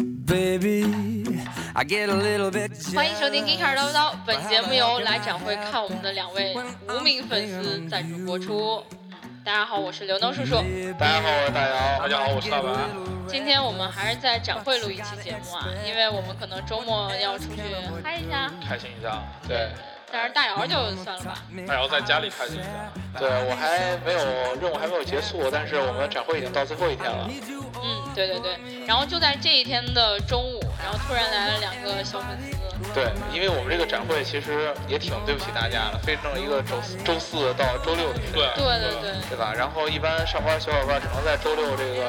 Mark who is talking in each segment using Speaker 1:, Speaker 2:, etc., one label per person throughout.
Speaker 1: baby. I get a little bit
Speaker 2: 欢迎收听《g i
Speaker 1: jealous.
Speaker 2: t a r 叨叨》，本节目由来展会看我们的两位无名粉丝赞助播出。嗯大家好，我是刘能叔叔。
Speaker 3: 大家好，我是大姚。大家好，我是大白。
Speaker 2: 今天我们还是在展会录一期节目啊，因为我们可能周末要出去嗨一下，
Speaker 3: 开心一下，对，
Speaker 2: 但是大姚就算了吧。
Speaker 3: 大姚在家里开心一下。
Speaker 4: 对我还没有任务还没有结束，但是我们展会已经到最后一天了。
Speaker 2: 嗯，对对对。然后就在这一天的中午，然后突然来了两个小粉丝，
Speaker 4: 对，因为我们这个展会其实也挺对不起大家的，非弄一个周四周四到周六的时间，
Speaker 2: 对对对。
Speaker 4: 对吧？然后一般上班小伙伴只能在周六这个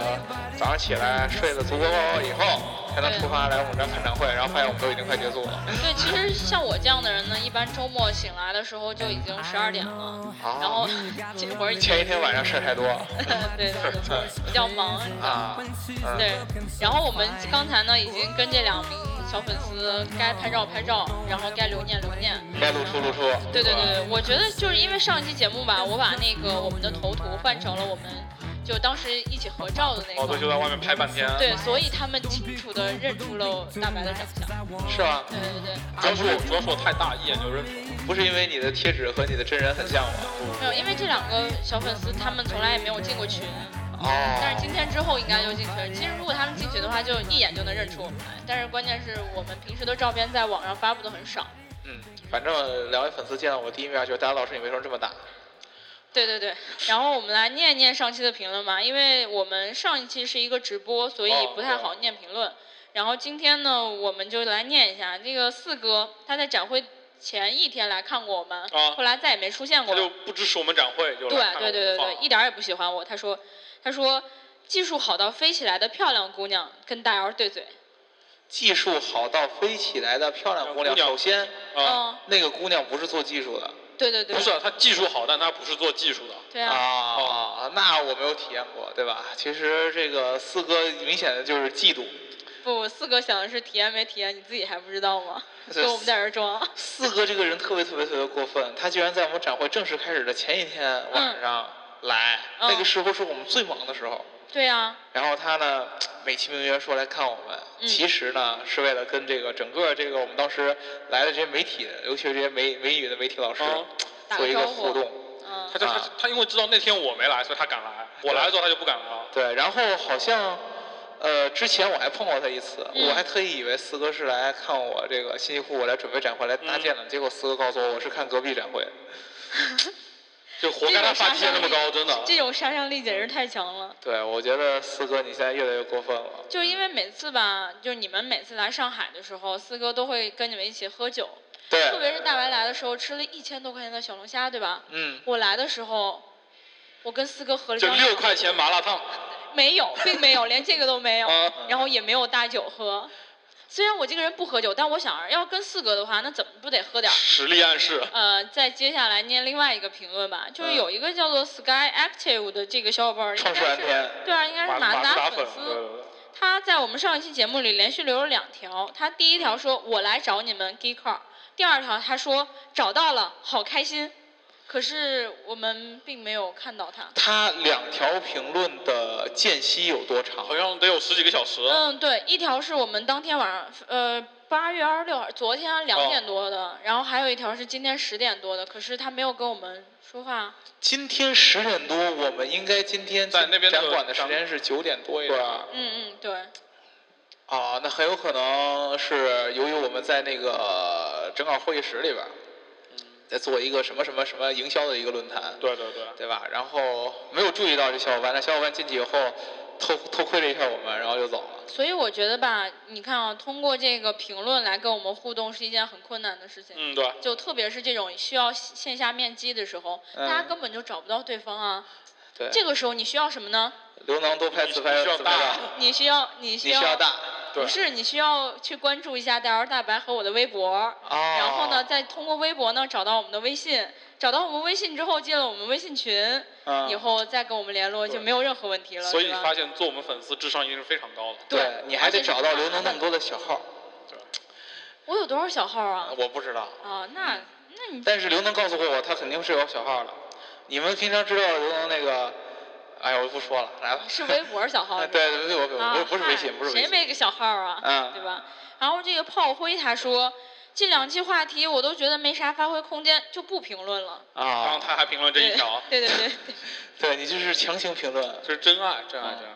Speaker 4: 早上起来睡得足够饱饱以后，才能出发来我们这儿看展会，然后发现我们都已经快结束了。
Speaker 2: 对，其实像我这样的人呢，一般周末醒来的时候就已经十二点了，
Speaker 4: 啊
Speaker 2: 然后 这会儿已经
Speaker 4: 前一天晚上事儿太多
Speaker 2: 对对对，比较忙。
Speaker 4: 啊，嗯
Speaker 2: 对，然后我们刚才呢已经跟这两名小粉丝该拍照拍照，然后该留念留念。
Speaker 4: 该露出露出。
Speaker 2: 对对对，对我觉得就是因为上一期节目吧，我把那个我们的头图换成了我们就当时一起合照的那
Speaker 3: 哦，对，就
Speaker 2: 个，
Speaker 3: 在外面拍半天。
Speaker 2: 对，所以他们清楚的认出了大白的长相。
Speaker 4: 是吗？
Speaker 2: 对对对。
Speaker 3: 主要是我，主要是我太大，一眼就认出来。
Speaker 4: 不是因为你的贴纸和你的真人很像吗？
Speaker 2: 没有，因为这两个小粉丝他们从来也没有进过群，但是
Speaker 4: 哦，
Speaker 2: 今天之后应该就进群。其实如果他们进群的话，就一眼就能认出我们来。但是关键是我们平时的照片在网上发布的很少。
Speaker 4: 嗯，反正两位粉丝见到我第一面就是大姚老师，你为什么这么大？
Speaker 2: 对对对，然后我们来念一念上期的评论吧，因为我们上一期是一个直播，所以
Speaker 3: 哦
Speaker 2: 不太好念评论。然后今天呢，我们就来念一下这个四哥，他在展会前一天来看过我们，
Speaker 3: 啊
Speaker 2: 后来再也没出现过
Speaker 3: 他
Speaker 2: 了
Speaker 3: 就。不支持我们展会，就来看啊
Speaker 2: 对对对对
Speaker 3: 我们
Speaker 2: 对，一点儿也不喜欢我。他说，他说技术好到飞起来的漂亮姑娘跟大姚对嘴。
Speaker 4: 技术好到飞起来的漂亮姑娘，
Speaker 3: 姑娘
Speaker 4: 首先
Speaker 3: 放啊，
Speaker 2: 嗯，
Speaker 4: 那个姑娘不是做技术的
Speaker 2: 对对对，
Speaker 3: 不是，他技术好，但他不是做技术的。
Speaker 2: 对
Speaker 4: 啊
Speaker 2: 啊，
Speaker 4: 啊，那我没有体验过，对吧？其实这个四哥明显的就是嫉妒，
Speaker 2: 不，四哥想的是体验没体验，你自己还不知道吗？
Speaker 4: 是
Speaker 2: 跟我们在这儿装。
Speaker 4: 四哥这个人特别特别特别过分，他居然在我们展会正式开始的前一天晚上来，
Speaker 2: 嗯
Speaker 4: 那个时候是我们最忙的时候。
Speaker 2: 对啊，
Speaker 4: 然后他呢，美其名曰说来看我们，
Speaker 2: 嗯
Speaker 4: 其实呢是为了跟这个整个这个我们当时来的这些媒体，尤其是这些美美女的媒体老师、
Speaker 3: 哦
Speaker 2: 打
Speaker 4: 做
Speaker 2: 个
Speaker 4: 一个
Speaker 2: 招呼
Speaker 4: 互动。
Speaker 2: 嗯
Speaker 3: 他，就
Speaker 4: 啊
Speaker 3: 他他因为知道那天我没来，所以他敢来。我来的时候他就不敢来
Speaker 2: 嗯
Speaker 3: 了。
Speaker 4: 对，然后好像，呃，之前我还碰过他一次，
Speaker 2: 嗯
Speaker 4: 我还特意以为四哥是来看我这个信息库，我来准备展会来搭建的，结果四哥告诉我我是看隔壁展会，
Speaker 3: 就活该他发际线那么高，真的。
Speaker 2: 这种杀伤力简直太强了。
Speaker 4: 对我觉得四哥你现在越来越过分了，
Speaker 2: 就是因为每次吧，就是你们每次来上海的时候，四哥都会跟你们一起喝酒，特
Speaker 4: 对，
Speaker 2: 别是大白来的时候，吃了一千多块钱的小龙虾，对吧？
Speaker 4: 嗯，
Speaker 2: 我来的时候，我跟四哥合了一
Speaker 3: 就
Speaker 2: 张
Speaker 3: 六块钱麻辣烫，
Speaker 2: 没有，并没有，连这个都没
Speaker 4: 哦
Speaker 2: 有
Speaker 3: 啊，
Speaker 2: 然后也没有大酒喝。虽然我这个人不喝酒，但我想要跟四哥的话，那怎么不得喝点儿？
Speaker 3: 实力暗示。
Speaker 2: 呃，再接下来念另外一个评论吧，就是有一个叫做 Sky Active 的这个小伙伴儿，应
Speaker 4: 创
Speaker 2: 该
Speaker 4: 始人
Speaker 2: 是
Speaker 4: 篇
Speaker 2: 对啊，应该是马
Speaker 3: 马斯
Speaker 2: 自
Speaker 3: 达
Speaker 2: 达
Speaker 3: 粉
Speaker 2: 粉，
Speaker 3: 对
Speaker 2: 丝。
Speaker 3: 对对
Speaker 2: 他在我们上一期节目里连续留了两条，他第一条说我来找你们 Geek Car，第二条他说找到了，好开心。可是我们并没有看到他。
Speaker 4: 他两条评论的间隙有多长？
Speaker 3: 好像得有十几个小时。
Speaker 2: 嗯，对，一条是我们当天晚上，呃，八月二十六号，昨天啊两点多的，然后还有一条是今天十点多的，可是他没有跟我们说话。
Speaker 4: 今天十点多，我们应该今天
Speaker 3: 在那边的
Speaker 4: 展馆的时间是九点多一点。
Speaker 2: 嗯嗯，对，
Speaker 4: 啊，那很有可能是由于我们在那个整个会议室里边儿，在做一个什么什么什么营销的一个论坛，
Speaker 3: 嗯对对对。
Speaker 4: 对吧？然后没有注意到这小伙伴，那小伙伴进去以后偷偷窥了一下我们，然后就走了。
Speaker 2: 所以我觉得吧，你看啊，通过这个评论来跟我们互动是一件很困难的事情。
Speaker 3: 嗯，对。
Speaker 2: 就特别是这种需要线下面基的时候，
Speaker 4: 嗯
Speaker 2: 大家根本就找不到对方啊。
Speaker 4: 对，
Speaker 2: 这个时候你需要什么呢？
Speaker 4: 刘能多拍
Speaker 3: 你
Speaker 4: 自拍，
Speaker 3: 需要
Speaker 4: 自拍
Speaker 3: 大
Speaker 4: 照
Speaker 2: 你需要你需
Speaker 4: 你
Speaker 2: 要
Speaker 4: 需要大
Speaker 3: 对
Speaker 2: 不是你需要去关注一下大姚大白和我的微博，
Speaker 4: 哦。
Speaker 2: 然后呢，再通过微博呢找到我们的微信，找到我们微信之后进了我们微信群，
Speaker 4: 嗯
Speaker 2: 以后再跟我们联络就没有任何问题了，
Speaker 3: 所以
Speaker 2: 是吧
Speaker 3: 发现做我们粉丝智商一定是非常高的。
Speaker 4: 对你还得找到刘能那么多的小号，
Speaker 2: 我有多少小号啊？
Speaker 4: 我不知道。
Speaker 2: 啊，那那你
Speaker 4: 但是刘能告诉过我，他肯定是有小号的。你们平常知道刘能那个哎呀，我不说了，来吧。
Speaker 2: 是微博小号
Speaker 4: 啊
Speaker 2: 是吧
Speaker 4: 对，对对，我
Speaker 2: 啊，
Speaker 4: 我不是微信，
Speaker 2: 嗨
Speaker 4: 不是微
Speaker 2: 谁
Speaker 4: 信。
Speaker 2: 没个小号啊？
Speaker 4: 嗯
Speaker 2: 对吧？然后这个炮灰他说，这两期话题我都觉得没啥发挥空间，就不评论了。
Speaker 3: 然后
Speaker 4: 啊，
Speaker 3: 他还评论这 一条，
Speaker 2: 对对对对对。
Speaker 4: 对你这是强行评论，
Speaker 3: 这是真爱，真爱，
Speaker 4: 嗯
Speaker 3: 真爱。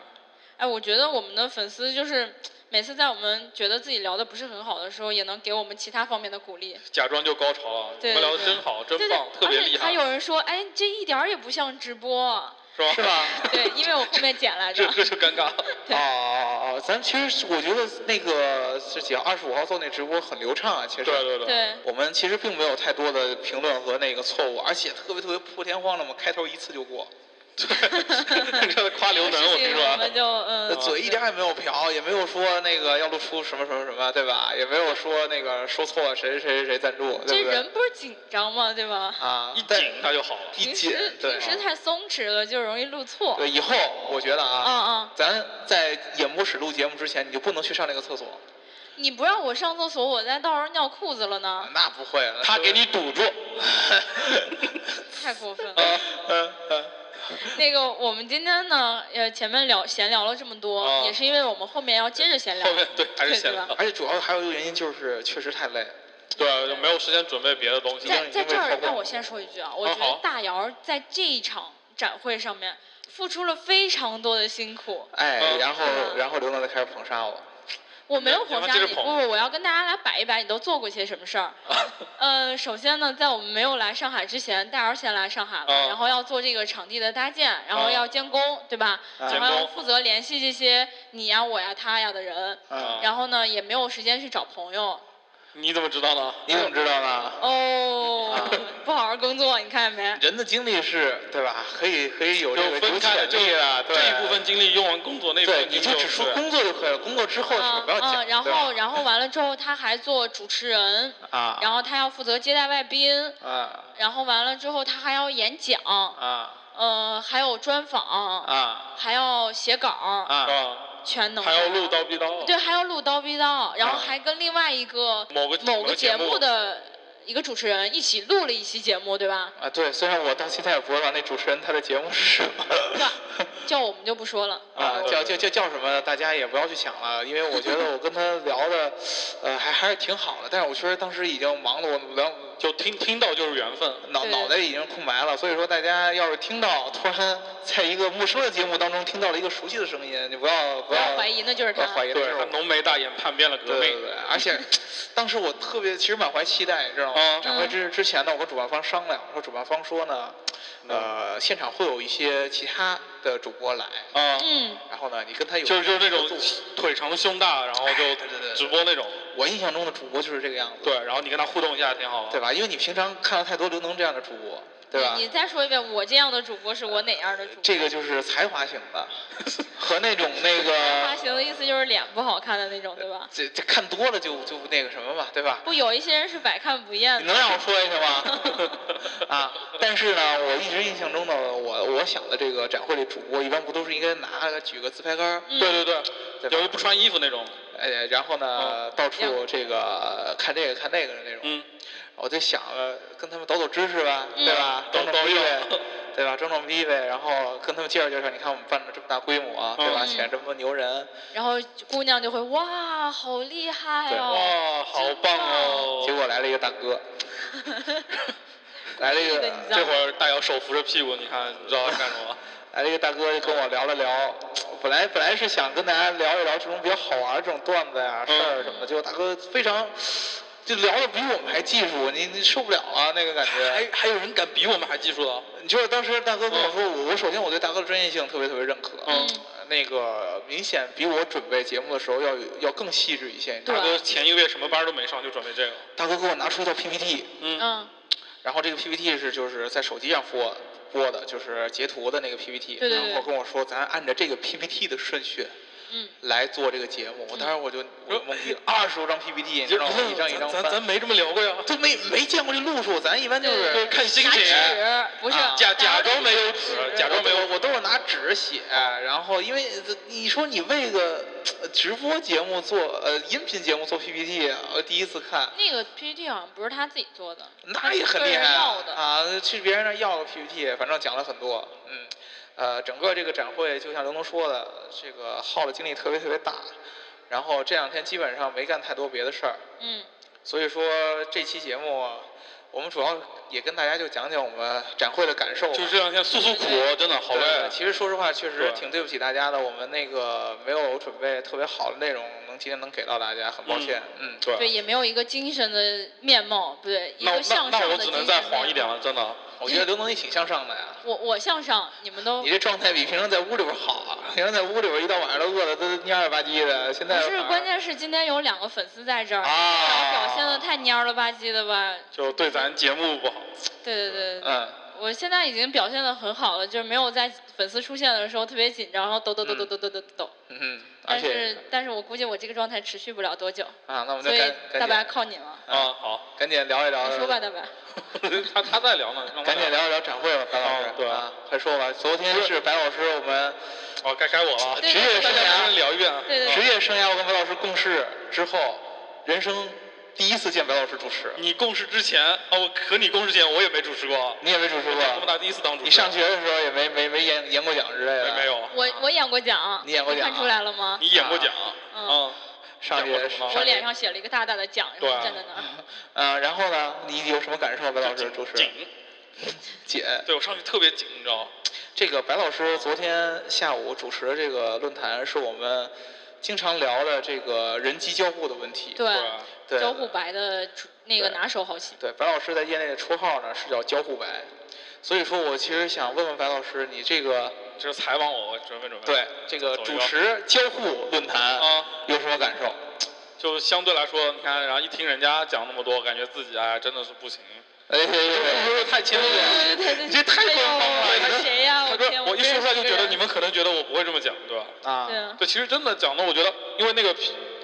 Speaker 2: 哎，我觉得我们的粉丝就是每次在我们觉得自己聊的不是很好的时候，也能给我们其他方面的鼓励。
Speaker 3: 假装就高潮了，
Speaker 2: 对
Speaker 3: 你们聊
Speaker 2: 对
Speaker 3: 的真好，真
Speaker 2: 对对
Speaker 3: 棒，，特别
Speaker 2: 而
Speaker 3: 厉
Speaker 2: 且还
Speaker 3: 害，
Speaker 2: 有人说，哎，这一点儿也不像直播。
Speaker 3: 是吧？
Speaker 4: 是吧？
Speaker 2: 对，因为我后面剪来
Speaker 3: 这
Speaker 2: 着。
Speaker 3: 这就尴尬 了。
Speaker 4: 哦哦哦，咱其实我觉得那个是几号二十五号做那直播很流畅啊，其实。
Speaker 3: 对对对，
Speaker 2: 对，
Speaker 4: 我们其实并没有太多的评论和那个错误，而且特别特别破天荒的，我们开头一次就过，
Speaker 3: 你这夸刘能，我
Speaker 2: 我
Speaker 3: 听
Speaker 2: 们
Speaker 3: 说。啊
Speaker 2: 就嗯，
Speaker 4: 嘴一点也没有瓢，也没有说那个要露出什么什么什么，对吧？也没有说那个说错谁谁谁谁赞助，
Speaker 2: 这
Speaker 4: 对不对？
Speaker 2: 人不是紧张吗？对吧？
Speaker 4: 啊，
Speaker 3: 一啊
Speaker 4: 但
Speaker 3: 紧他就好了，
Speaker 4: 一
Speaker 2: 平
Speaker 4: 紧
Speaker 2: 时，
Speaker 4: 对啊
Speaker 2: 平时太松弛了，就容易录错。
Speaker 4: 对，以后我觉得啊，
Speaker 2: 嗯嗯，
Speaker 4: 咱在演播室录节目之前，你就不能去上那个厕所，
Speaker 2: 你不让我上厕所，我再到时候尿裤子了呢，
Speaker 4: 那不会，
Speaker 3: 啊他给你 堵住。
Speaker 2: 太过分了。
Speaker 4: 嗯嗯嗯，
Speaker 2: 那个，我们今天呢，呃，前面聊闲聊了这么多，
Speaker 4: 哦
Speaker 3: 啊
Speaker 2: 也是因为我们后面要接着闲聊
Speaker 3: 后。面对还是
Speaker 2: 对
Speaker 3: 闲
Speaker 2: 对吧
Speaker 3: 聊，
Speaker 4: 而且主要还有一个原因就是确实太累了，
Speaker 3: 对，就没有时间准备别的东西。
Speaker 2: 在在
Speaker 4: 因为
Speaker 2: 这
Speaker 4: 超
Speaker 2: 儿，
Speaker 4: 过
Speaker 2: 让我先说一
Speaker 4: 哦
Speaker 2: 句啊，我
Speaker 3: 啊
Speaker 2: 觉得
Speaker 3: 好
Speaker 2: 大姚在这一场展会上面付出了非常多的辛苦。
Speaker 4: 哎，
Speaker 3: 嗯
Speaker 4: 然后
Speaker 2: 嗯
Speaker 4: 然后刘能再开始捧杀我，
Speaker 2: 我没有
Speaker 3: 你们
Speaker 2: 捧杀
Speaker 3: 接
Speaker 2: 你，
Speaker 3: 着
Speaker 2: 不
Speaker 3: 捧
Speaker 2: 不，我要跟大家来摆一摆，你都做过些什么事
Speaker 4: 啊
Speaker 2: 儿。呃，首先呢，在我们没有来上海之前，大姚先来上海了，
Speaker 3: 啊
Speaker 2: 然后要做这个场地的搭建，然后
Speaker 3: 啊
Speaker 2: 要监工，对吧？
Speaker 4: 啊
Speaker 2: 然
Speaker 3: 监
Speaker 2: 后要
Speaker 3: 工
Speaker 2: 负责联系这些你呀、我呀、他呀的人，
Speaker 4: 啊，
Speaker 3: 嗯
Speaker 2: 然后呢，也没有时间去找朋友。
Speaker 3: 你怎么知道呢？
Speaker 4: 你怎么知道呢？
Speaker 2: 哦，不好好工作，你看见没？
Speaker 4: 人的精力是，对吧？可以可以有这
Speaker 3: 就
Speaker 4: 个有
Speaker 3: 分开了，
Speaker 4: 潜
Speaker 3: 就
Speaker 4: 力啊，对
Speaker 3: 这一部分精力用完工作，那一部
Speaker 4: 对，
Speaker 3: 分
Speaker 4: 你
Speaker 3: 精力
Speaker 4: 就只说
Speaker 3: 对
Speaker 4: 工作就可以了，工作之后什么
Speaker 2: 嗯
Speaker 4: 不要讲，
Speaker 2: 嗯，然
Speaker 4: 对
Speaker 2: 后
Speaker 4: 吧
Speaker 2: 然后完了之后，他还做主持人，
Speaker 4: 啊，
Speaker 2: 然后他要负责接待外宾，
Speaker 4: 啊
Speaker 2: 然后完了之后他还要演讲，
Speaker 4: 啊
Speaker 2: 呃，还有专访，
Speaker 4: 啊
Speaker 2: 还要写稿，
Speaker 4: 啊
Speaker 3: 啊，
Speaker 2: 全能。
Speaker 3: 还要录刀逼啊刀。
Speaker 2: 对，还要录叨逼叨，然后
Speaker 4: 啊
Speaker 2: 还跟另外一个
Speaker 3: 某个
Speaker 2: 某
Speaker 3: 某
Speaker 2: 个
Speaker 3: 个
Speaker 2: 节
Speaker 3: 节
Speaker 2: 目
Speaker 3: 目
Speaker 2: 的一个主持人一起录了一期节目，对吧？
Speaker 4: 啊！对，虽然我到现在也不知道那主持人他的节目是什么。
Speaker 2: 对吧？叫我们就不说了。
Speaker 4: 啊，叫叫叫叫什么？大家也不要去想了，因为我觉得我跟他聊的，呃，还还是挺好的。但是我确实当时已经忙的，我聊
Speaker 3: 就听听到就是缘分。
Speaker 4: 脑
Speaker 2: 对
Speaker 4: 脑袋已经空白了。所以说，大家要是听到突然在一个陌生的节目当中听到了一个熟悉的声音，你不要不
Speaker 2: 不要
Speaker 4: 要
Speaker 2: 怀疑，那就是
Speaker 4: 不要
Speaker 2: 他。
Speaker 4: 啊怀疑，
Speaker 3: 对
Speaker 4: 是
Speaker 3: 他
Speaker 4: 我
Speaker 3: 浓眉大眼叛变了
Speaker 4: 对
Speaker 3: 革
Speaker 4: 对
Speaker 3: 命，
Speaker 4: 对，而 且当时我特别，其实满怀期待，你知道吗？
Speaker 3: 嗯
Speaker 4: 展会之之前呢，我跟主办方商量，我说主办方说呢，呃，现场会有一些其他的主播来，
Speaker 3: 啊，
Speaker 2: 嗯，
Speaker 4: 然后呢，你跟他有
Speaker 3: 就是就是那
Speaker 4: 合作
Speaker 3: 种腿长胸大，然后
Speaker 4: 对对对对
Speaker 3: 就直播那种。
Speaker 4: 我印象中的主播就是这个样子，
Speaker 3: 对，然后你跟他互动一下挺好啊玩。
Speaker 4: 对吧？因为你平常看到太多刘能这样的主播，对吧
Speaker 2: 你？你再说一遍，我这样的主播是我哪样的主播？
Speaker 4: 这个就是才华型的， 和那种那
Speaker 2: 发
Speaker 4: 个
Speaker 2: 型的意思就是脸不好看的那种，对吧？
Speaker 4: 这这看多了就就那个什么嘛，对吧？
Speaker 2: 不，有一些人是百看不厌
Speaker 4: 你
Speaker 2: 的。
Speaker 4: 能让我说一下吗？ 啊，但是呢，我一直印象中呢，我我想的这个展会里主播一般不都是应该拿个举个自拍杆儿，
Speaker 2: 嗯
Speaker 3: 对对对，
Speaker 4: 对吧
Speaker 3: 有一不穿衣服那种，
Speaker 4: 哎，然后
Speaker 2: 哦
Speaker 4: 呢，到处这个看这个看那个的那种。
Speaker 3: 嗯，
Speaker 4: 我就想着跟他们抖抖知识吧，
Speaker 2: 嗯
Speaker 4: 对吧？
Speaker 3: 抖
Speaker 4: 装装逼
Speaker 3: 抖
Speaker 4: 呗
Speaker 3: 抖，
Speaker 4: 对吧？装装逼呗，然后跟他们介绍介绍，你看我们办了这么大规模啊，对吧？
Speaker 2: 嗯
Speaker 4: 请了这么多牛人，
Speaker 2: 然后姑娘就会哇，好厉害
Speaker 4: 对
Speaker 2: 哦！
Speaker 3: 哇，好棒哦！
Speaker 4: 结果来了一个 大哥，来了一
Speaker 2: 是
Speaker 4: 个
Speaker 2: 的你知道
Speaker 3: 这会儿大姚手扶着屁股，你看你知道他干什么？
Speaker 4: 来哎了一个大哥就跟我聊了聊，本来本来是想跟大家聊一聊这种比较好玩儿这种段子呀、事儿
Speaker 2: 嗯
Speaker 4: 什么的，结果大哥非常就聊的比我们还技术，你你受不了啊那个感觉。
Speaker 3: 还还有人敢比我们还技术的？
Speaker 4: 你就是当时大哥跟我说，我我首先我对大哥的专业性特别特别认可，呃
Speaker 2: 嗯
Speaker 4: 那个明显比我准备节目的时候要有要更细致一些。
Speaker 2: 对
Speaker 3: 大哥前一个月什么班都没上，就准备这个。
Speaker 4: 大哥给我拿出一套 PPT，
Speaker 3: 嗯，
Speaker 2: 嗯，
Speaker 4: 然后这个 PPT 是就是在手机上播播的，就是截图的那个 PPT，
Speaker 2: 对对对
Speaker 4: 然后跟我说咱按照这个 PPT 的顺序。
Speaker 2: 嗯，
Speaker 4: 来做这个节目，我当时我就我就
Speaker 3: 嗯
Speaker 4: 懵逼了， 二十多张 PPT，你知道吗？一张一张
Speaker 3: 咱咱
Speaker 4: 翻，
Speaker 3: 咱没这么聊过呀。
Speaker 4: 都没没见过这路数，咱一般就
Speaker 2: 对对
Speaker 4: 是
Speaker 3: 看星
Speaker 2: 拿
Speaker 3: 星，
Speaker 2: 纸不是
Speaker 4: 啊
Speaker 3: 假假装没有
Speaker 2: 纸
Speaker 3: 纸，
Speaker 4: 假
Speaker 3: 假
Speaker 4: 装
Speaker 3: 装
Speaker 4: 没
Speaker 3: 没
Speaker 4: 有，
Speaker 3: 有。
Speaker 4: 我都是拿纸写，然后因为这你说你为个呃直播节目做呃音频节目做 PPT，我呃第一次看，
Speaker 2: 那个 PPT 好像不是他自己做的，
Speaker 4: 那也很
Speaker 2: 是
Speaker 4: 厉
Speaker 2: 别人
Speaker 4: 害啊
Speaker 2: 要的
Speaker 4: 啊！去别人那儿要个 PPT，反正讲了很多，嗯，呃，整个这个展会就像刘能说的，这个耗的精力特别特别大，然后这两天基本上没干太多别的事儿，
Speaker 2: 嗯，
Speaker 4: 所以说这期节目啊我们主要也跟大家就讲讲我们展会的感受吧。
Speaker 3: 就是这两天诉诉苦，真的好
Speaker 4: 对，
Speaker 3: 累。
Speaker 4: 其实说实话，确实
Speaker 3: 对
Speaker 4: 挺对不起大家的。我们那个没有准备特别好的内容，能今天能给到大家，很抱歉。嗯，
Speaker 2: 对，也没有一个精神的面貌，不对，一
Speaker 3: 那
Speaker 2: 个
Speaker 3: 那
Speaker 2: 向
Speaker 3: 那
Speaker 2: 上
Speaker 3: 我
Speaker 2: 的
Speaker 3: 只
Speaker 2: 精
Speaker 3: 能
Speaker 2: 神
Speaker 3: 再
Speaker 2: 面
Speaker 3: 黄一点
Speaker 2: 貌。
Speaker 3: 了，真的。
Speaker 4: 我觉得刘能你挺向上的呀，
Speaker 2: 我我向上，你们都
Speaker 4: 你这状态比平常在屋里边好啊。平常在屋里边一到晚上都饿的都蔫了吧唧的，现
Speaker 2: 不
Speaker 4: 在
Speaker 2: 是，
Speaker 4: 反而
Speaker 2: 关键是今天有两个粉丝在这儿，然后
Speaker 4: 啊，
Speaker 2: 表现的太蔫了吧唧的吧？
Speaker 3: 就对咱节目不好。
Speaker 2: 对对对，对
Speaker 4: 嗯，
Speaker 2: 我现在已经表现的很好了，就是没有在粉丝出现的时候特别紧张，然后抖抖抖抖抖抖抖抖抖。
Speaker 3: 啊
Speaker 4: 嗯哼，而
Speaker 2: 但
Speaker 4: 且
Speaker 2: 是但是我估计我这个状态持续不了多久，
Speaker 4: 啊，那我们就
Speaker 2: 所以
Speaker 4: 赶
Speaker 2: 大
Speaker 4: 赶
Speaker 2: 白
Speaker 4: 紧
Speaker 2: 靠你了。
Speaker 3: 啊，好，
Speaker 4: 赶紧聊一聊，
Speaker 2: 你说吧，大白。
Speaker 3: 他他在聊呢，让他
Speaker 4: 赶紧。聊一聊展会吧，白老师
Speaker 3: 哦。对
Speaker 4: 啊，快说吧。昨天是白老师我们
Speaker 3: 哦，该该我了。
Speaker 2: 对
Speaker 4: 职业
Speaker 3: 大
Speaker 4: 生
Speaker 3: 家两个
Speaker 4: 涯
Speaker 3: 人聊一遍啊。
Speaker 2: 对对
Speaker 4: 职
Speaker 2: 对，
Speaker 4: 业生涯，我跟白老师共事之后，人生第一次见白老师主持，
Speaker 3: 你共事之前，哦，我和你共事前我也没主持过，啊
Speaker 4: 你也没主持
Speaker 3: 我长这么
Speaker 4: 过，
Speaker 3: 大第一次当主持。
Speaker 4: 你上学的时候也没没没演演过讲之类
Speaker 3: 没
Speaker 4: 的，
Speaker 3: 没。有？
Speaker 2: 我我演过奖，
Speaker 4: 你演过奖
Speaker 2: 看出来了吗？
Speaker 3: 啊你演过奖？
Speaker 2: 嗯
Speaker 3: 啊，
Speaker 4: 上
Speaker 3: 讲过
Speaker 4: 学
Speaker 3: 什么
Speaker 2: 我
Speaker 4: 上
Speaker 2: 脸上写了一个大大的奖，然
Speaker 3: 对
Speaker 2: 后
Speaker 3: 啊
Speaker 2: 站在那儿。
Speaker 4: 啊，然后呢，你有什么感受？啊白老师主持
Speaker 3: 紧，
Speaker 4: 姐，
Speaker 3: 对我上去特别紧，你知道吗？
Speaker 4: 这个白老师昨天下午主持的这个论坛是我们经常聊的这个人机交互的问题。
Speaker 3: 啊
Speaker 2: 对，
Speaker 4: 对
Speaker 2: 周虎白的主那个
Speaker 4: 对
Speaker 2: 拿手好戏。
Speaker 4: 对，白老师在业内的绰号呢是叫交互白，所以说我其实想问问白老师，你这个
Speaker 3: 就是采访我，我准备准备。
Speaker 4: 对这个
Speaker 3: 走一
Speaker 4: 主
Speaker 3: 个
Speaker 4: 持交互论坛
Speaker 3: 啊，
Speaker 4: 有什么感受？
Speaker 3: 就相对来说，你看，然后一听人家讲那么多，感觉自己哎真的是不行。
Speaker 4: 哎，
Speaker 3: 不是太谦虚
Speaker 2: 对对对对，
Speaker 4: 你这太官方了
Speaker 2: 哎呦
Speaker 4: 你这
Speaker 2: 谁呀？我
Speaker 3: 不是
Speaker 2: 天，，
Speaker 3: 我一说出来就觉得你
Speaker 2: 们。
Speaker 3: 们可能觉得我不会这么讲，对吧？
Speaker 4: 啊
Speaker 2: 对，啊，
Speaker 3: 对，其实真的讲的，我觉得，因为那个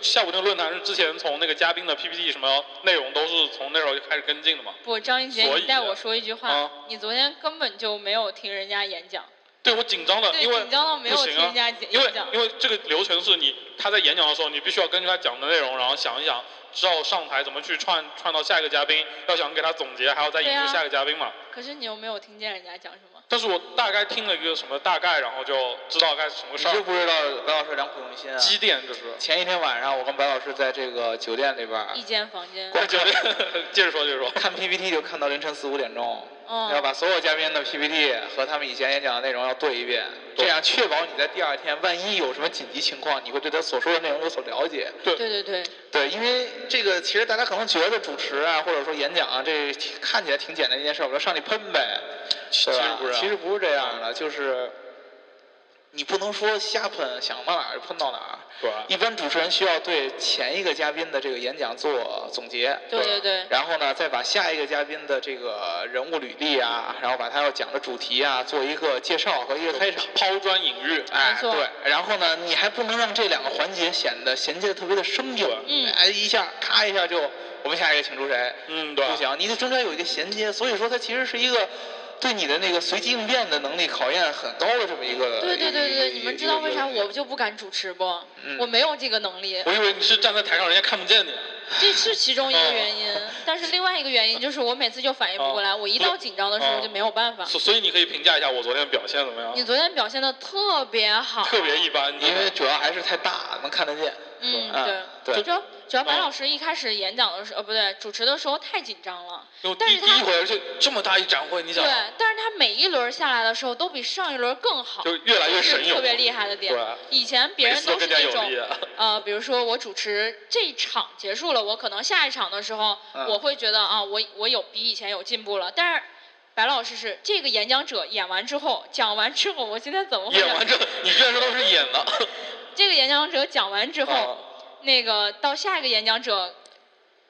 Speaker 3: 下午那个论坛是之前从那个嘉宾的 PPT 什么内容都是从那时候就开始跟进的嘛。
Speaker 2: 不，张一杰，
Speaker 3: 所以
Speaker 2: 你带我说一句话，
Speaker 3: 啊
Speaker 2: 你昨天根本就没有听人家演讲，
Speaker 3: 对我紧张的，
Speaker 2: 对，
Speaker 3: 因为
Speaker 2: 紧张到没有
Speaker 3: 不
Speaker 2: 听
Speaker 3: 行啊
Speaker 2: 人家演
Speaker 3: 因为
Speaker 2: 讲。
Speaker 3: 因为这个流程是你他在演讲的时候，你必须要根据他讲的内容，然后想一想，知道上台怎么去串串到下一个嘉宾，要想给他总结，还要再引
Speaker 2: 对啊
Speaker 3: 出下一个嘉宾嘛。
Speaker 2: 可是你又没有听见人家讲什么，
Speaker 3: 但是我大概听了一个什么大概，然后就知道该什么
Speaker 4: 你
Speaker 3: 事儿
Speaker 4: 知，不知道白老师良苦用心啊？
Speaker 3: 积淀 就是。
Speaker 4: 前一天晚上，我跟白老师在这个酒店里边儿
Speaker 3: 啊
Speaker 2: 一间房间，
Speaker 4: 光
Speaker 3: 接着接着说，接着说。
Speaker 4: 看 PPT 就看到凌晨四五点钟，要
Speaker 2: 嗯，
Speaker 4: 把所有嘉宾的 PPT 和他们以前演讲的内容要对一遍，这
Speaker 3: 对
Speaker 4: 样确保你在第二天万一有什么紧急情况，你会对他所说的内容有所了解。
Speaker 3: 对
Speaker 2: 对对对，
Speaker 4: 对，因为这个其实大家可能觉得主持啊，或者说演讲啊，这挺看起来挺简单一件事，我就上去喷呗，
Speaker 3: 其
Speaker 4: 对
Speaker 3: 实
Speaker 4: 吧
Speaker 3: 不是啊
Speaker 4: 其实不是这样的，就是你不能说瞎喷，想到哪儿就喷到哪儿。
Speaker 3: 对啊
Speaker 4: 一般主持人需要对前一个嘉宾的这个演讲做总结，
Speaker 2: 对对对，
Speaker 4: 然后呢，再把下一个嘉宾的这个人物履历啊，然后把他要讲的主题啊，做一个介绍和一个开场。
Speaker 3: 抛砖引玉。
Speaker 4: 哎
Speaker 2: 没，错
Speaker 4: 对，然后呢，你还不能让这两个环节显得衔接的特别的生硬，
Speaker 2: 嗯
Speaker 4: 哎，一下咔一下就我们下一个请出谁，
Speaker 3: 嗯，对。
Speaker 4: 不行，你得中间有一个衔接，所以说它其实是一个对你的那个随机应变的能力考验很高的这么一
Speaker 3: 呃
Speaker 4: 个。
Speaker 2: 对对对对，
Speaker 4: 一
Speaker 2: 你们知道为啥？
Speaker 4: 一个一个
Speaker 2: 我就不敢主持不
Speaker 4: 嗯？
Speaker 2: 我没有这个能力，
Speaker 3: 我以为你是站在台上，人家看不见你。
Speaker 2: 这是其中一个原因，但是另外一个原因就是我每次就反应不过来，
Speaker 3: 嗯哦
Speaker 2: 我一到紧张的时候
Speaker 3: 哦
Speaker 2: 就没有办法。
Speaker 3: 所所以你可以评价一下我昨天表现怎么样
Speaker 2: 你？昨天表现的特别好，
Speaker 3: 嗯特别一般，
Speaker 4: 因为主要还是太大，能看得见。
Speaker 2: 嗯，
Speaker 4: 啊
Speaker 2: 对，
Speaker 4: 对
Speaker 2: 主要主要白
Speaker 3: 嗯
Speaker 2: 老师一开始演讲的时候，呃，不对，主持的时候太紧张了，
Speaker 3: 因为
Speaker 2: 但
Speaker 3: 第
Speaker 2: 是
Speaker 3: 第一
Speaker 2: 他
Speaker 3: 回就这么大一展会，你
Speaker 2: 对啊
Speaker 3: 想，，
Speaker 2: 但是他每一轮下来的时候都比上一轮更好，
Speaker 3: 就越来越
Speaker 2: 是
Speaker 3: 神勇
Speaker 2: 特，别厉害的点
Speaker 3: 对啊。
Speaker 2: 以前别
Speaker 3: 每
Speaker 2: 人
Speaker 3: 次都
Speaker 2: 都是
Speaker 3: 更加
Speaker 2: 那
Speaker 3: 有
Speaker 2: 种
Speaker 3: 力。啊
Speaker 2: 呃，比如说我主持这场结束了，我可能下一场的时候，
Speaker 4: 嗯
Speaker 2: 我会觉得啊，我我有比以前有进步了。但是白老师是这个演讲者演完之后，讲完之后，我今天怎么会
Speaker 3: 演完
Speaker 2: 讲？
Speaker 3: 这，你居然说都是演的。
Speaker 2: 这个演讲者讲完之后，
Speaker 3: 啊哦
Speaker 2: 那个到下一个演讲者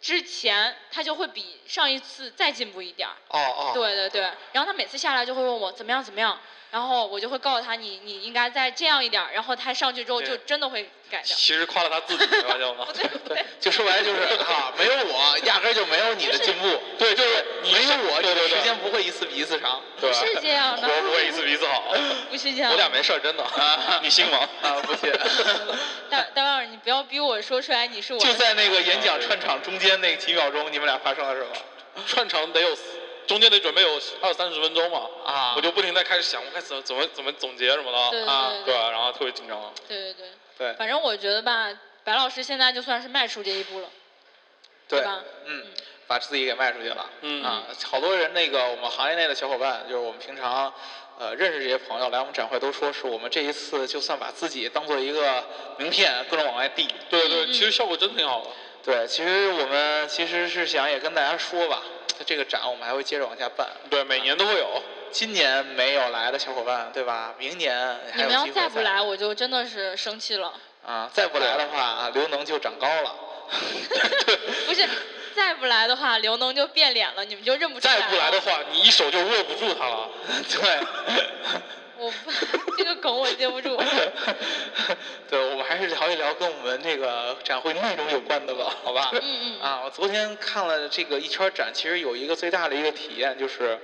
Speaker 2: 之前，他就会比上一次再进步一点儿。
Speaker 4: 哦哦，
Speaker 3: 啊
Speaker 2: 对对对，然后他每次下来就会问我怎么样怎么样，然后我就会告诉他你你应该再这样一点儿，然后他上去之后就
Speaker 3: 对
Speaker 2: 真的会改掉。
Speaker 3: 其实夸了他自己，你发现 吗？
Speaker 2: 对对 对。
Speaker 4: 就说白了就是啊，没有我，压根儿就没有你的进 步。对，就是
Speaker 3: 你
Speaker 4: 没有我，你
Speaker 3: 对
Speaker 4: 的
Speaker 3: 对对
Speaker 4: 时间不会一次比一次长。
Speaker 3: 对吧，
Speaker 2: 是这样的
Speaker 3: 我不会一次比一次 好，
Speaker 2: 不是这样
Speaker 3: 我
Speaker 2: 的。
Speaker 3: 俩没事儿，真 的。你信吗？
Speaker 4: 啊，不信。
Speaker 2: 大大腕儿，你不要逼我说出来你是我的。
Speaker 4: 就在那个演讲串场中间那几秒钟，你们俩发生了什么？
Speaker 3: 串场得有中间得准备有二三十分钟嘛，
Speaker 4: 啊
Speaker 3: 我就不停地开始想，我该怎么怎么怎么总结什么
Speaker 2: 对
Speaker 3: 的
Speaker 2: 对
Speaker 3: 啊，
Speaker 2: 对
Speaker 3: 对，然后特别紧张。
Speaker 2: 对对对，
Speaker 4: 对
Speaker 2: 反正我觉得吧，白老师现在就算是迈出这一步了。
Speaker 4: 对
Speaker 2: 吧
Speaker 4: 嗯
Speaker 2: 嗯，
Speaker 4: 把自己给卖出去了。
Speaker 3: 嗯
Speaker 4: 啊，好多人那个我们行业内的小伙伴，就是我们平常呃认识这些朋友来我们展会都说，是我们这一次就算把自己当做一个名片，各种往外递。
Speaker 3: 对对，
Speaker 2: 嗯
Speaker 3: 其实效果真挺好的。
Speaker 4: 对，其实我们其实是想也跟大家说吧，这个展我们还会接着往下办。
Speaker 3: 嗯对，每年都会有。
Speaker 4: 今年没有来的小伙伴，对吧？明年还
Speaker 2: 你
Speaker 4: 有
Speaker 2: 们要
Speaker 4: 机会
Speaker 2: 再不来，我就真的是生气了。
Speaker 4: 啊，再不来的话，刘能就长高了。
Speaker 2: 不是，再不来的话，刘能就变脸了，你们就认不出来
Speaker 3: 再
Speaker 2: 了。
Speaker 3: 不来的话，你一手就握不住他了。
Speaker 4: 对。
Speaker 2: 我不 这个梗我接不住。嗯
Speaker 4: 对，我们还是聊一聊跟我们这个展会内容有关的吧，好吧？
Speaker 2: 嗯嗯，
Speaker 4: 啊，我昨天看了这个一圈展，其实有一个最大的一个体验就是，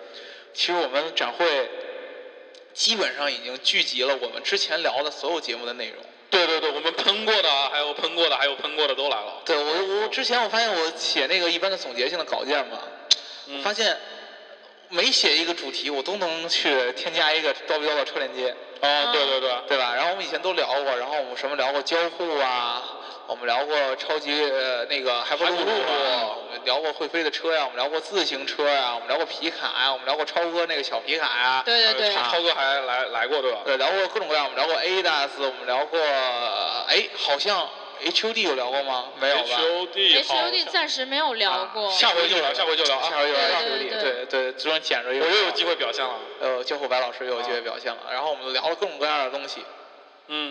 Speaker 4: 其实我们展会基本上已经聚集了我们之前聊的所有节目的内容。
Speaker 3: 对对对，我们喷过的，还有喷过的，还有喷过的都来了。
Speaker 4: 对我，我之前我发现我写那个一般的总结性的稿件嘛，我
Speaker 3: 嗯
Speaker 4: 发现每写一个主题，我都能去添加一个叨逼叨的车链接。
Speaker 2: 嗯
Speaker 3: 哦，对对对，
Speaker 4: 对吧？然后我们以前都聊过，然后我们什么聊过交互啊，我们聊过超级呃那个还不路
Speaker 3: 还不
Speaker 4: 路
Speaker 3: 路啊
Speaker 4: 我们聊过会飞的车呀、我们聊过自行车呀、我们聊过皮卡呀、我们聊过超哥那个小皮卡呀、
Speaker 2: 对对对
Speaker 3: 呃，超超哥还来来过对吧？
Speaker 4: 对，聊过各种各样，我们聊过 ADAS，我们聊过哎，好像 HUD 有聊过吗？没有吧？
Speaker 3: HOD
Speaker 2: H
Speaker 3: 好
Speaker 2: U
Speaker 3: 像
Speaker 2: D 暂时没有聊过。
Speaker 3: 下回就聊下回就聊啊
Speaker 4: 下回就
Speaker 2: 对
Speaker 4: 聊 HUD，
Speaker 2: 对对
Speaker 4: 对对，终于捡着一
Speaker 3: 我
Speaker 4: 个，
Speaker 3: 又有机会表现了。
Speaker 4: 呃，交互白老师又有机会表现了，然后我们聊了各种各样的东西，
Speaker 3: 嗯，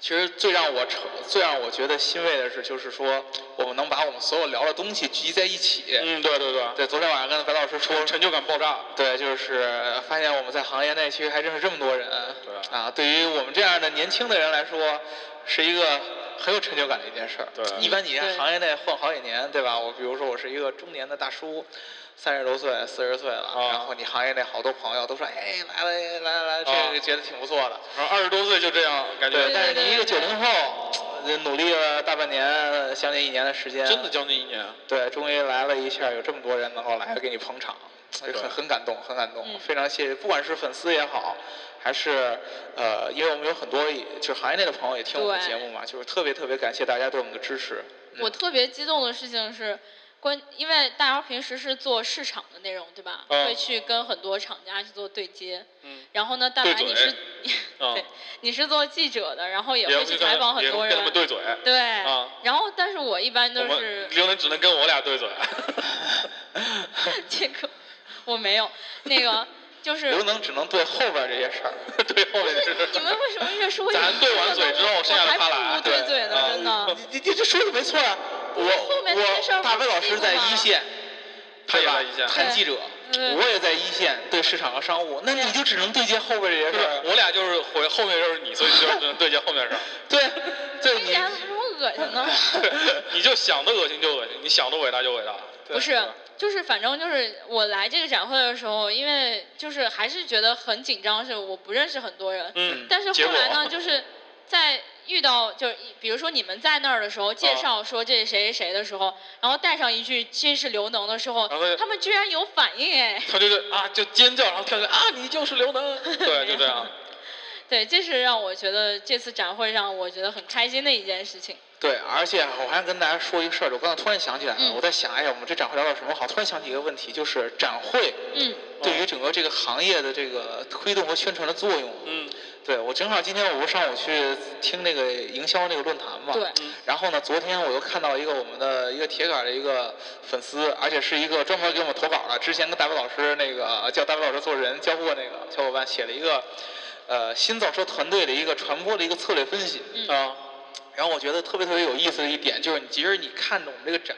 Speaker 4: 其实最让我愁最让我觉得欣慰的是，就是说我们能把我们所有聊的东西聚集在一起。
Speaker 3: 嗯，对对对，
Speaker 4: 对，昨天晚上跟白老师说，
Speaker 3: 成就感爆炸。
Speaker 4: 对，就是发现我们在行业内其实还认识这么多人。
Speaker 3: 对啊
Speaker 4: 啊，对于我们这样的年轻的人来说，是一个很有成就感的一件事儿。
Speaker 3: 对啊
Speaker 4: 一般你在
Speaker 2: 对
Speaker 4: 行业内混好几年，对吧？我比如说我是一个中年的大叔。三十多岁、四十岁了，
Speaker 3: 啊
Speaker 4: 然后你行业内好多朋友都说，哎，来来来来，这个
Speaker 3: 啊
Speaker 4: 觉得挺不错的。
Speaker 3: 然后二十多岁就这样，感
Speaker 4: 对，
Speaker 3: 觉
Speaker 4: 但是你一
Speaker 2: 对对
Speaker 4: 个九零后，呃努力了大半年，呃将近一年的时间，
Speaker 3: 真的将近一年。
Speaker 4: 对，终于来了一下，有这么多人能够来给你捧场，
Speaker 3: 对
Speaker 4: 很很感动，很感动，
Speaker 2: 嗯
Speaker 4: 非常谢谢，不管是粉丝也好，还是呃，因为我们有很多也就是行业内的朋友也听我们的
Speaker 2: 对
Speaker 4: 节目嘛，就是特别特别感谢大家对我们的支持。嗯
Speaker 2: 我特别激动的事情是，关因为大姚平时是做市场的内容，对吧？
Speaker 3: 嗯
Speaker 2: 会去跟很多厂家去做对接。
Speaker 3: 嗯，
Speaker 2: 然后呢，但凡
Speaker 3: 对
Speaker 2: 你
Speaker 3: 嘴
Speaker 2: 是，
Speaker 3: 嗯
Speaker 2: 对，你是做记者的，然后也
Speaker 3: 也
Speaker 2: 会
Speaker 3: 会
Speaker 2: 去
Speaker 3: 跟
Speaker 2: 采访很
Speaker 3: 也
Speaker 2: 多
Speaker 3: 会跟他
Speaker 2: 人
Speaker 3: 们。对嘴。
Speaker 2: 对，
Speaker 3: 嗯
Speaker 2: 然后但是我一般
Speaker 3: 我
Speaker 2: 都是
Speaker 3: 们刘能只能跟我俩 对嘴。
Speaker 2: 这个我没有，那个就是
Speaker 4: 刘能只能对后边这些事儿，
Speaker 3: 对，后面是。
Speaker 2: 你们为什么越说越
Speaker 3: 咱对完嘴之后
Speaker 2: 我
Speaker 3: 剩下的
Speaker 2: 还
Speaker 3: 他
Speaker 2: 不
Speaker 3: 来啊
Speaker 2: 如对嘴呢，
Speaker 3: 对
Speaker 2: 真 的。
Speaker 4: 你你这说的没错啊，我
Speaker 2: 后面那些事儿
Speaker 4: 我
Speaker 2: 不
Speaker 4: 大
Speaker 2: 是
Speaker 4: 卫老师
Speaker 2: 屁股
Speaker 4: 在
Speaker 2: 吗
Speaker 4: 一线，
Speaker 3: 他也
Speaker 4: 对吧
Speaker 3: 在一线
Speaker 4: 谈
Speaker 2: 对
Speaker 4: 记者，
Speaker 2: 对
Speaker 4: 我也在一线对市场和商务，那你就只能对接后边这些
Speaker 3: 就
Speaker 4: 事
Speaker 3: 是
Speaker 4: 儿。
Speaker 3: 我俩就是回后面就是你，所以就是只能对接后面的事儿。
Speaker 4: 对，对
Speaker 2: 听起
Speaker 4: 你
Speaker 2: 来怎么这么恶心呢？
Speaker 3: 你就想的恶心就恶心，你想的伟大就伟大。
Speaker 4: 对
Speaker 2: 不是，就是反正就是我来这个展会的时候，因为就是还是觉得很紧张，是我不认识很多人。
Speaker 3: 嗯，
Speaker 2: 但是
Speaker 3: 结
Speaker 2: 后
Speaker 3: 果
Speaker 2: 来呢，就是在遇到就是比如说你们在那儿的时候，介绍说这是谁谁谁的时候，然后带上一句这是刘能的时候
Speaker 3: 然后，
Speaker 2: 他们居然有反应哎。
Speaker 3: 他就是啊，就尖叫，然后跳起来啊，你就是刘 能，对，就这样。
Speaker 2: 对，这是让我觉得这次展会让我觉得很开心的一件事情。
Speaker 4: 对，而且我还跟大家说一个事儿，我刚才突然想起来了，
Speaker 2: 嗯
Speaker 4: 我在想，哎呀，我们这展会聊点什么好？突然想起一个问题，就是展会
Speaker 2: 嗯，
Speaker 4: 对于整个这个行业的这个推动和宣传的作用。
Speaker 3: 嗯
Speaker 4: 对，我正好今天我不是上午去听那个营销那个论坛嘛，
Speaker 2: 对，
Speaker 4: 然后呢，昨天我又看到一个我们的一个铁杆的一个粉丝，而且是一个专门给我们投稿的，之前跟大伟老师那个叫大伟老师做人交互那个小伙伴写了一个，呃，新造车团队的一个传播的一个策略分析。
Speaker 2: 嗯
Speaker 3: 啊
Speaker 4: 然后我觉得特别特别有意思的一点就是，你其实你看着我们这个展，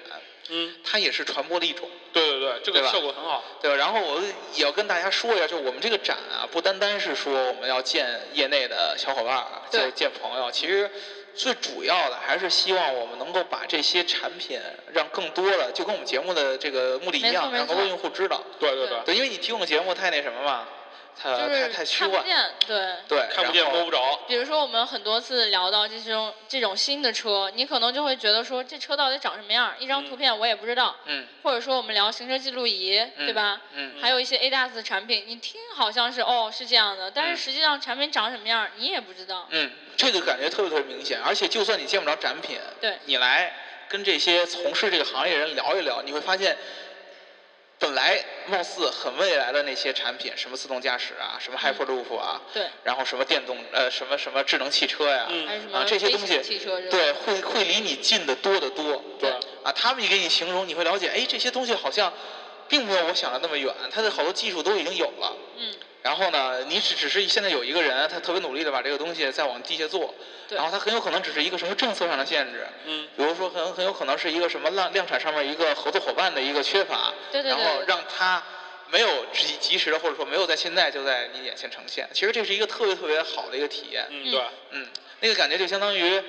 Speaker 3: 嗯，
Speaker 4: 它也是传播的一种。
Speaker 3: 对对对，这
Speaker 4: 对
Speaker 3: 个
Speaker 4: 吧
Speaker 3: 效果很好。
Speaker 4: 对吧？然后我也要跟大家说一下，就我们这个展啊，不单单是说我们要见业内的小伙伴儿，
Speaker 2: 对
Speaker 4: 就见朋友，其实最主要的还是希望我们能够把这些产品让更多的，就跟我们节目的这个目的一
Speaker 2: 没错
Speaker 4: 样，
Speaker 2: 没
Speaker 4: 让更多
Speaker 2: 错
Speaker 4: 用户知道。
Speaker 3: 对对对，
Speaker 4: 对，因为你听我们节目太那什么嘛，太
Speaker 2: 就是
Speaker 4: 太太虚
Speaker 2: 看不
Speaker 4: 幻，
Speaker 2: 见，对。
Speaker 4: 对，
Speaker 3: 看不
Speaker 4: 然
Speaker 3: 见
Speaker 4: 后
Speaker 3: 摸不着，
Speaker 2: 比如说，我们很多次聊到这种这种新的车，你可能就会觉得说这车到底长什么样，一张
Speaker 3: 嗯
Speaker 2: 图片我也不知道。
Speaker 4: 嗯，
Speaker 2: 或者说我们聊行车记录仪，
Speaker 4: 嗯
Speaker 2: 对吧？？
Speaker 4: 嗯，
Speaker 2: 还有一些 ADAS 的产品，你听好像是哦是这样的，但
Speaker 4: 嗯
Speaker 2: 是实际上产品长什么样你也不知道。
Speaker 4: 嗯，这个感觉特别特别明显，而且就算你见不着展品，
Speaker 2: 对
Speaker 4: 你来跟这些从事这个行业人聊一聊，你会发现，本来貌似很未来的那些产品，什么自动驾驶啊，什么 Hyperloop 啊，
Speaker 2: 对，
Speaker 4: 然后什么电动呃什么什么智能汽车呀、
Speaker 3: 嗯
Speaker 2: 还有什么
Speaker 4: 啊这些
Speaker 2: 飞
Speaker 4: 东西
Speaker 2: 行汽车之类的。
Speaker 4: 对，会会离你近的多得多。
Speaker 3: 对
Speaker 4: 啊，他们一给你形容，你会了解，哎，这些东西好像并没有我想的那么远，它的好多技术都已经有了。
Speaker 2: 嗯，
Speaker 4: 然后呢，你只只是现在有一个人，他特别努力的把这个东西再往地下做，
Speaker 2: 对
Speaker 4: 然后他很有可能只是一个什么政策上的限制，
Speaker 3: 嗯
Speaker 4: 比如说很有很有可能是一个什么量量产上面一个合作伙伴的一个缺乏，
Speaker 2: 对对
Speaker 4: 然
Speaker 2: 对
Speaker 4: 后
Speaker 2: 对
Speaker 4: 让他没有及及时的或者说没有在现在就在你眼前呈现，其实这是一个特别特别好的一个体验，
Speaker 3: 嗯，对，
Speaker 4: 嗯，那个感觉就相当于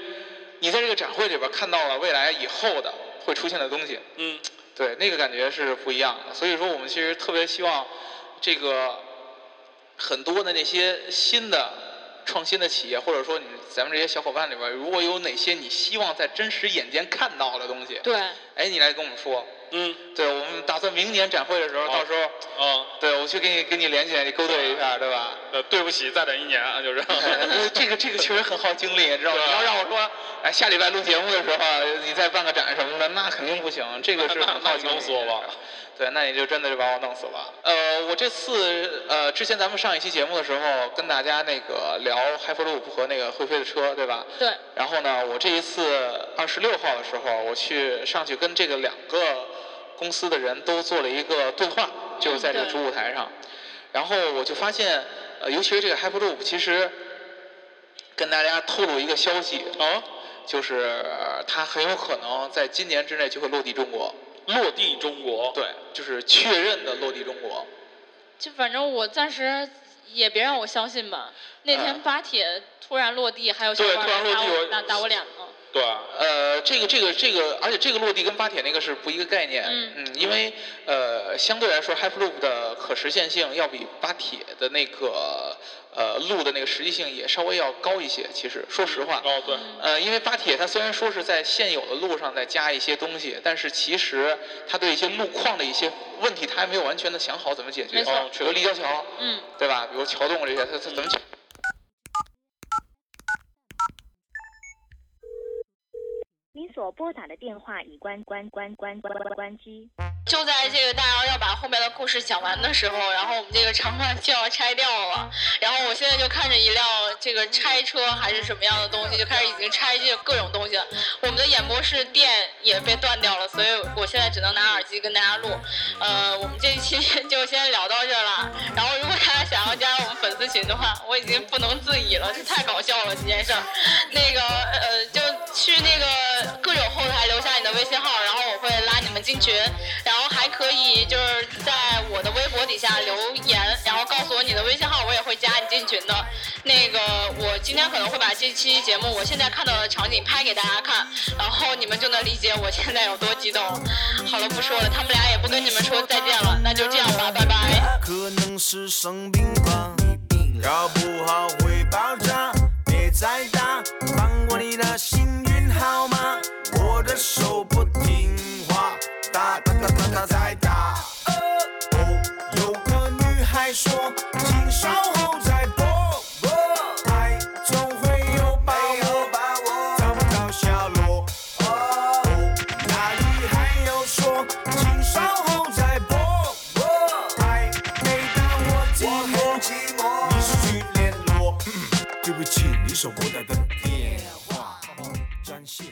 Speaker 4: 你在这个展会里边看到了未来以后的会出现的东西，
Speaker 3: 嗯
Speaker 4: 对，那个感觉是不一样的。所以说，我们其实特别希望这个很多的那些新的创新的企业，或者说你们咱们这些小伙伴里边，如果有哪些你希望在真实眼间看到的东西，
Speaker 2: 对，
Speaker 4: 哎，你来跟我们说。
Speaker 3: 嗯
Speaker 4: 对，我们打算明年展会的时候，
Speaker 3: 好
Speaker 4: 到时候
Speaker 3: 嗯，
Speaker 4: 对我去给你给你联系，你勾兑一下，对吧？
Speaker 3: 呃，对不起，再等一年啊，就是
Speaker 4: 哎这个这个确实很耗精力，你知道吗？
Speaker 3: 对啊
Speaker 4: 你要让我说，哎，下礼拜录节目的时候，你再办个展什么的，那肯定不行，这个是
Speaker 3: 那
Speaker 4: 很耗精力
Speaker 3: 那你弄
Speaker 4: 的
Speaker 3: 死我吧
Speaker 4: 事儿对，那你就真的是把我弄死了。呃，我这次呃，之前咱们上一期节目的时候，跟大家那个聊 Hyperloop 和那个会飞的车，对吧？
Speaker 2: 对，
Speaker 4: 然后呢，我这一次二十六号的时候，我去上去跟这个两个公司的人都做了一个对话，就是在这个
Speaker 2: 对
Speaker 4: 主舞台上。然后我就发现，呃，尤其是这个 Hyperloop，其实跟大家透露一个消息，
Speaker 3: 啊，
Speaker 4: 就是呃它很有可能在今年之内就会落地中国。
Speaker 3: 落地中国，
Speaker 4: 对，就是确认的落地中国。
Speaker 2: 就反正我暂时也别让我相信吧。那天
Speaker 4: 嗯
Speaker 2: 巴铁突然落地，还有小
Speaker 3: 对
Speaker 2: 伙
Speaker 3: 突然
Speaker 2: 伴
Speaker 3: 落
Speaker 2: 打
Speaker 3: 地
Speaker 2: 我
Speaker 3: 我
Speaker 2: 打打我脸 了。
Speaker 3: 对，啊
Speaker 4: 呃，这个这个这个，而且这个落地跟巴铁那个是不一个概念，
Speaker 2: 嗯
Speaker 4: 因为呃，相对来说，Hyperloop 的可实现性要比巴铁的那个呃路的那个实际性也稍微要高一些。其实说实话，
Speaker 3: 哦对，
Speaker 2: 嗯
Speaker 4: 呃，因为巴铁它虽然说是在现有的路上再加一些东西，但是其实它对一些路况的一些问题，它还没有完全的想好怎么解决。
Speaker 2: 没错
Speaker 4: 哦比如立交桥，
Speaker 2: 嗯，
Speaker 4: 对吧？比如桥洞这些，它它怎么解？
Speaker 5: 您所拨打的电话已关关关关关关关机。
Speaker 2: 就在这个大姚要把后面的故事讲完的时候，然后我们这个长串就要拆掉了。然后我现在就看着一辆这个拆车还是什么样的东西，就开始已经拆这各种东西了。我们的演播室电也被断掉了，所以我现在只能拿耳机跟大家录。呃，我们这一期就先聊到这儿了。然后如果大家想要加入我们粉丝群的话，我已经不能自已了，这太搞笑了这件事儿。那个呃，就去那个各种后台留下你的微信号，然后我会拉你们进群，然后还可以就是在我的微博底下留言，然后告诉我你的微信号，我也会加你进群的。那个我今天可能会把这期节目我现在看到的场景拍给大家看，然后你们就能理解我现在有多激动了。好了，不说了，他们俩也不跟你们说再见了，那就这样吧，拜拜。
Speaker 6: 可能是生病吧，搞不好会爆炸。别再打，放过你的幸运好吗？我的手不听话，打打打打打再打。哦，有个女孩说，请稍后再拨。爱总会有把握，找不到下落。哦，那女孩又说，请稍后再拨。爱每当我寂寞，你失哦去联络。对不起，你所拨打的电话暂现。